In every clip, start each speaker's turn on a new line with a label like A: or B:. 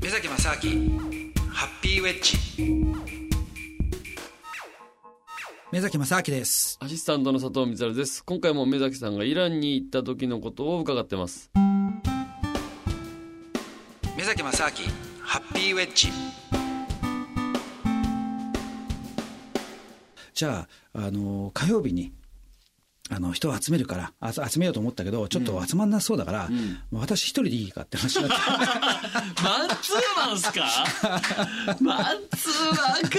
A: 目崎正明ハッピーウェッジ目崎正明です
B: アシスタントの佐藤光です。今回も目崎さんがイランに行った時のことを伺ってます。
A: 目崎正明ハッピーウェッジじゃあ、あの火曜日にあの人を集めるからあ集めようと思ったけどちょっと集まんなそうだから、もう私一人でいいかって話になって
B: マンツーマンす かマンツーマンか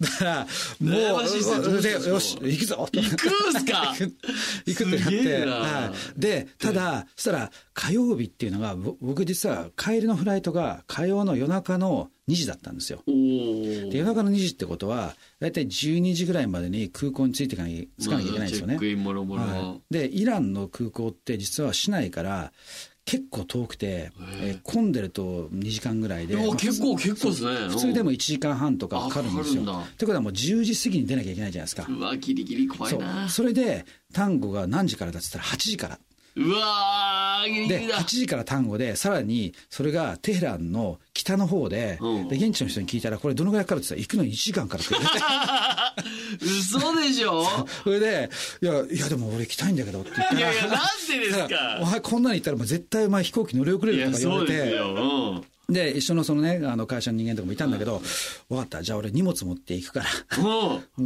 A: だ から
B: 羨
A: も
B: ましいですねど
A: う
B: うしたんです
A: で
B: か
A: よし行くぞ
B: 行くんすか
A: 行くってなっ
B: すげえ
A: て、
B: な
A: はい、でただそしたら火曜日っていうのがぼ僕実は帰りのフライトが火曜の夜中の2時だったんですよ
B: お
A: で
B: ー
A: 夜中の2時ってことは大体12時ぐらいまでに空港に着いてかなき着かなきゃいけないんですよね
B: まあチェッ、クインもろもろ。
A: はい、でイランの空港って実は市内から結構遠くて、えー混んでると2時間ぐらいで、
B: うわ
A: まあ
B: 結構結構ですね。
A: 普通でも
B: い
A: 1時間半とかかかるんですよ
B: あかかるんだ
A: ってことはもう10時過ぎに出なきゃいけないじゃないですか
B: うわ、ギリギリ怖い
A: そう
B: な。
A: それで単語が何時からだって言ったら8時から
B: うわー、ギリギリ
A: で
B: だ
A: 8。時から単語でさらにそれがテヘランの北の方で,、
B: うん
A: で現地の人に聞いたらこれどのぐらいかかるって言 ったら行くのに1時間からかかる
B: 嘘でしょ
A: それで「いやいやでも俺行きたいんだけど」って言ったら
B: いやいや、なんでです
A: ただ
B: か
A: お前こんなに行ったらもう絶対お前飛行機乗り遅れ
B: い
A: る
B: や、
A: とか言わ
B: そ
A: れ
B: うです
A: て
B: よ。うん。
A: で一緒のそのねあの会社の人間とかもいたんだけど「分かったじゃあ俺荷物持っていくから
B: うん。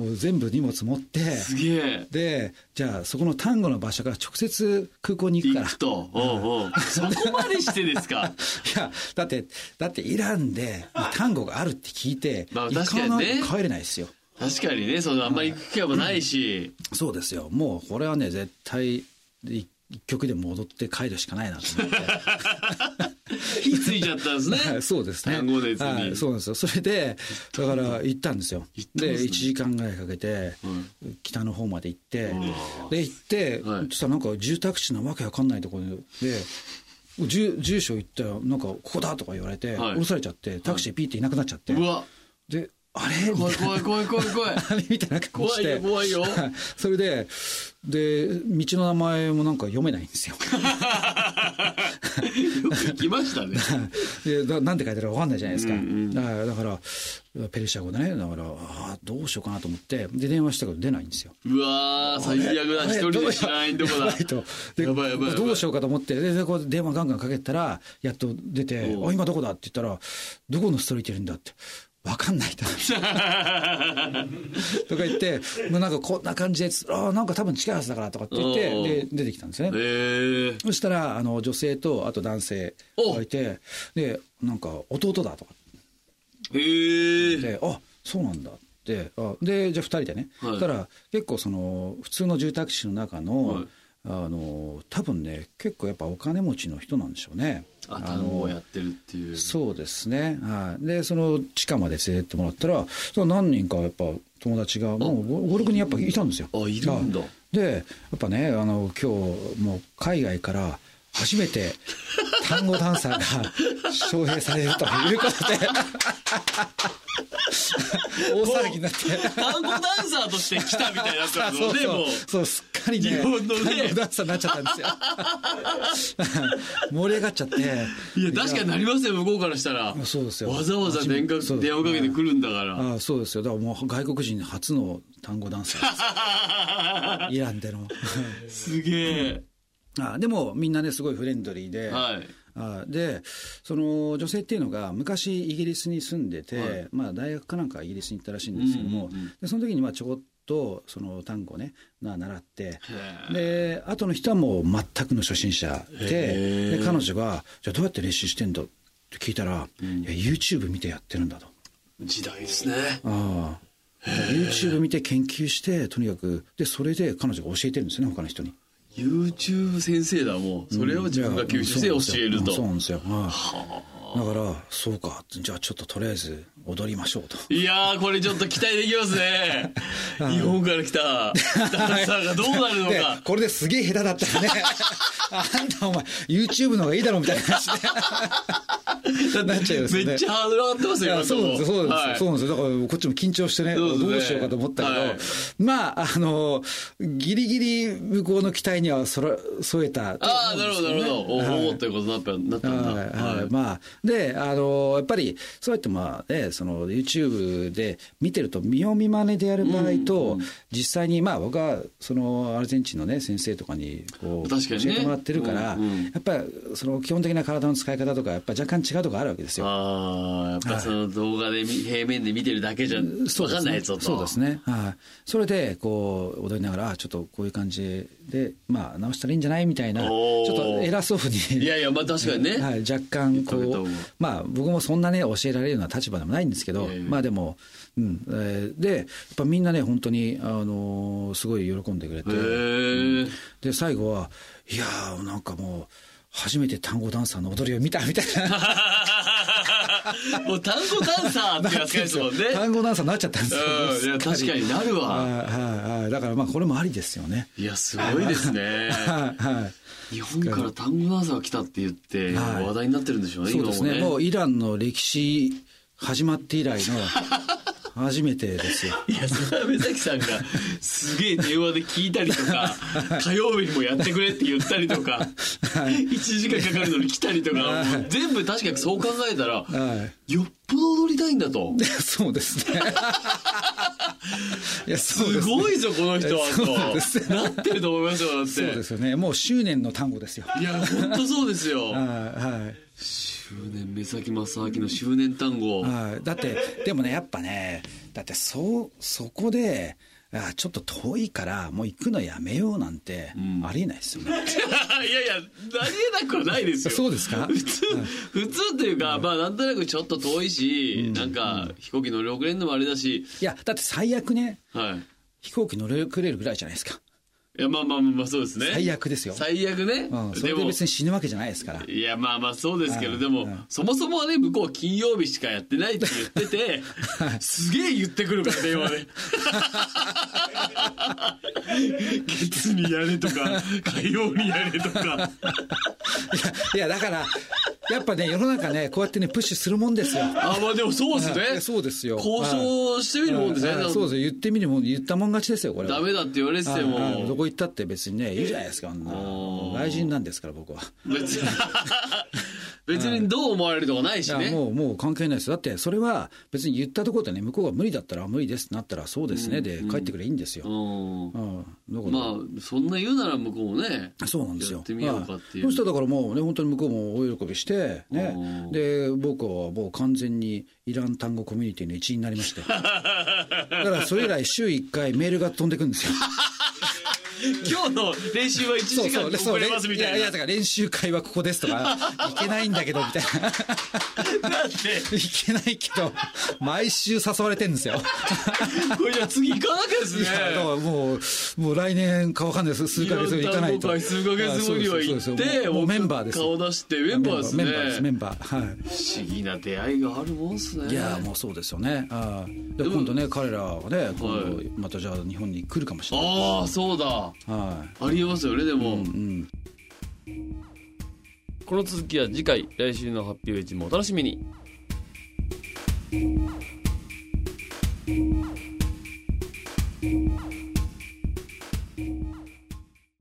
A: もう全部荷物持って」
B: すげえ。
A: でじゃあそこの単語の場所から直接空港に行くか
B: 行
A: ら
B: くと。うんうん。そこまでしてですか
A: いや、だって、だってイランで単語があるって聞いて、
B: まあ
A: 行
B: 確か
A: か
B: に
A: な
B: ね
A: いと帰れないですよ。
B: 確かにね、そのあんまり行く機会もないし、
A: そうですよ。もう、これはね、絶対、一一曲で戻って帰るしかないなと思っ
B: 火ついちゃったんですね
A: て。 はい。そうですね。
B: 単語熱に
A: はいそうなんですよ。それで、だから行ったんですよ。
B: 行ったん
A: で、
B: ですね
A: 1時間ぐらいかけて、北の方まで行って、で、行って、
B: はい
A: そしたらなんか住宅地のわけわかんないところで、住住所行ったら、なんか、ここだとか言われて、
B: はい
A: 降ろされちゃって、タクシーピーっていなくなっちゃって、
B: うわ、
A: で、あれみ
B: 怖い
A: たいな。
B: 怖い怖い怖い怖い。
A: あれみたいな顔して。
B: 怖いよ怖い
A: それで、で、道の名前もなんか読めないんですよ。
B: よく行きましたね。
A: でだなんて書いてあるか分かんないじゃないですか。
B: うんうん
A: だから、だからペルシャ語でね、だから、ああ、どうしようかなと思って、で、電話したけど出ないんですよ。
B: うわー、最悪だ。
A: あれ
B: 一人で知らないとこ
A: や
B: だ
A: ばい。とで
B: やばいやばいやばい
A: どうしようかと思って、で、でこう電話ガンガンかけたら、やっと出て、
B: おう
A: あ、今どこだって言ったら、どこのストリートいるんだって。分かんないととか言って、もうなんかこんな感じで、ああ、なんか多分近いはずだからとかって言っ
B: おうおう
A: て、で、出てきたんですね。
B: えー。
A: そしたら、あの、女性と、あと男性がいて、で、なんか、弟だとか
B: えー。
A: で、あそうなんだって、あで、じゃあ2人でね、
B: はい
A: たら、結構その、普通の住宅地の中の、
B: はい
A: あの多分ね、結構やっぱお金持ちの人なんでしょうね。
B: あ、単語をやってるっていう。
A: そうですね、はい、でその地下まで連れてってもらったらその何人かやっぱ友達がもう56人やっぱいたんですよ
B: あいるんだ
A: はいでやっぱねあの今日もう海外から初めて単語ダンサーが招聘されるという ことで大騒ぎになって
B: 単語ダンサーとして来たみたいになったんです
A: そう
B: よね、
A: そ
B: も
A: う。
B: う
A: そうすっかりね
B: 日本のね
A: 単語ダンサーになっちゃったんですよ 盛り上がっちゃって
B: いや、確かになりますよ、向こうからしたら。
A: そうですよ
B: わざわざ電話
A: そう
B: 電話かけてくるんだから。
A: ああそうですよだからもう外国人初の単語ダンサー ですイランでの
B: すげえ。
A: ああでもみんなねすごいフレンドリーで、
B: はい。
A: ああでその女性っていうのが昔イギリスに住んでて、
B: はい
A: まあ、大学かなんかイギリスに行ったらしいんですけども、
B: うんうんうん
A: でその時にまあちょこっとその単語をね、まあ、習って
B: へ
A: で後の人はもう全くの初心者
B: へ
A: で
B: え
A: で彼女が「じゃあどうやって練習してんだ?」って聞いたら、いや YouTube 見てやってるんだと。
B: 時代ですね。
A: ああ YouTube 見て研究してとにかくでそれで彼女が教えてるんですよね他の人に
B: YouTube 先生だ、もう。それを自分が吸収して教える
A: そうな
B: と。
A: んですよそうなんですよ、はいだからそうかじゃあちょっととりあえず踊りましょうと
B: いやー、これちょっと期待できま すね。日本から来たダンサーがどうなるの
A: で
B: か。
A: これですげえ 下手だったらねあんたお前 YouTube の方がいいだろみたいな話でなっちゃいますよね
B: めっちゃハードル上がってます
A: い
B: よ、
A: や
B: 今
A: そうなんですよ、そうなんですよ、
B: はい
A: そうなんですよ。だから、こっちも緊張してね、
B: そ
A: ど
B: うですね
A: うしようかと思ったけど、
B: はい
A: まあ、あの、ギリギリ向こうの期待にはそら添えたと
B: ああ、
A: 思う
B: な
A: んです
B: るほど、
A: よ
B: な
A: ね
B: るほど。お
A: はい
B: おーということになったなったんだ。
A: はいはい
B: はい
A: まあ、で、あの、やっぱり、そうやってまあ、ね、その、YouTube で見てると、見よう見まねでやる場合と、実際に、まあ、僕は、その、アルゼンチンのね、先生とかに、こう、
B: 確かにね
A: 教えてもらってるから、
B: うんうん
A: やっぱ、その、基本的な体の使い方とか、やっぱ若干違うところあるわけですよ。
B: ああ、やっぱその動画で見、平面で見てるだけじゃ
A: そう
B: 分
A: で
B: か
A: す
B: ん
A: ね
B: ないぞと。
A: そうですね。はい。それで、こう、踊りながら、あちょっとこういう感じで、まあ、直したらいいんじゃないみたいな、ち
B: おー
A: ょっと偉そうに。
B: いやいや、まあ確かにね。
A: はい、若干こ
B: 言っとくと
A: う
B: 思う、
A: まあ、僕もそんなね、教えられるような立場でもないんですけど、
B: いやいや
A: まあでも、うんえーで、やっぱみんなね、本当に、あのーすごい喜んでくれて、
B: へえ。
A: で、最後は、いやー、なんかもう、初めて単語ダンサーの踊りを見たみたいな、
B: もう単語ダンサーって扱いですもんね。
A: 単語ダンサーになっちゃったんですよ、
B: うん、いや確かになるわ。
A: はいはいはい、だからまあ、これもありですよね。
B: いや、すごいです ね。
A: はいはい
B: 日本から単語ダンサーが来たって言って、
A: はい
B: 話題になってるんでしょうね、
A: そうで
B: 今も
A: す
B: ね。
A: ね、もうイランの歴史始まって以来の初めてですよ。
B: いや、それは目崎さんが、すげえ電話で聞いたりとか、火曜日にもやってくれって言ったりとか、1時間かかるのに来たりとか、もう全部確かにそう考えたら、
A: はい
B: よっぽど踊りたいんだと。
A: そうですね。いや、そう
B: す
A: です、ね。
B: ごいぞ、この人
A: そうなんで
B: は、
A: す
B: と。なってると思いますよ、だっ
A: そうで
B: て。
A: すよね。もう執念の単語ですよ。はい
B: や、本当そうですよ
A: い。は
B: 執念、目崎正明の執念単語
A: い。。はい。だって、でもね、やっぱね、だって、そう、そこで、あちょっと遠いから、もう行くのやめようなんて、ありえないですよね。
B: いやいや、ありえなくはないですよ。
A: そうですか
B: 普通、普通っていうか、まあなんとなくちょっと遠いし、なんか飛行機乗り遅れるのもあれだし、
A: いや、だって最悪ね、
B: はい。
A: 飛行機乗れくれるぐらいじゃないですか。
B: いや、まあまあまあまあ、そうですね。
A: 最悪ですよ。
B: 最悪ね。
A: うん。そ
B: で
A: れで
B: も、
A: 別に死ぬわけじゃないですから。
B: いや、まあまあそうですけ
A: う
B: ど、
A: ん
B: でも、そもそもはね、向こう金曜日しかやってないって言ってて、すげえ言ってくるから、電 話で。月にやれとか、火曜にやれとか。
A: いや、だから、やっぱね、世の中ね、こうやってね、プッシュするもんですよ。
B: あ、まあでもそうです
A: はいい
B: ね。
A: やそうですよ
B: 交渉してみるもんですね。
A: はい
B: だから
A: そうですよ言ってみるもん、言ったもん勝ちですよ、これは。
B: ダメだって言われてて
A: はいはいど
B: も。
A: こ行ったって別にね、いいじゃないですか、あんな。外人なんですから、僕は。
B: 別に、 別にどう思われるとかないし
A: いや
B: ね。
A: もう、もう関係ないです。だって、それは別に言ったところでね、向こうが無理だったら、あ無理ですってなったら、そうですね、で、帰ってくれいいんですよ。
B: うん
A: うん。だから
B: まあ、そんな言うなら向こうも ね。
A: そうなんですよ。
B: やってみようかっていう
A: はそしたらだからもうね、本当に向こうも大喜びして、ね
B: う。ん
A: で、僕はもう完全にイラン単語コミュニティの一員になりま して。だからそれ以来週1回メールが飛んでくるん ですよ。
B: 今日の練習は1時間遅れますみた
A: いや
B: い
A: い
B: な。
A: や、だから練習会はここですとか、いけないんだけど、みたいな。
B: なんで、
A: いけないけど、毎週誘われてるんですよ。
B: これじゃあ次行かなきゃです
A: い
B: ね。
A: や、だからもう、もう来年かわかんないです。数ヶ月後に行かないと。
B: いや数ヶ月後には行
A: そう
B: っ
A: ですそうです
B: て、
A: もうもうメンバーです。
B: 顔出して、メンバーですね。
A: メンバーです、メンバー。はい。
B: 不思議な出会いがあるもんですね。
A: いやーもうそうですよね。あーで今度ね彼らがね今
B: は
A: 度またじゃあ日本に来るかもしれない。
B: ああ、そうだ。
A: は
B: ありえますよね、でも。
C: この続きは次回来週の発表日もお楽しみに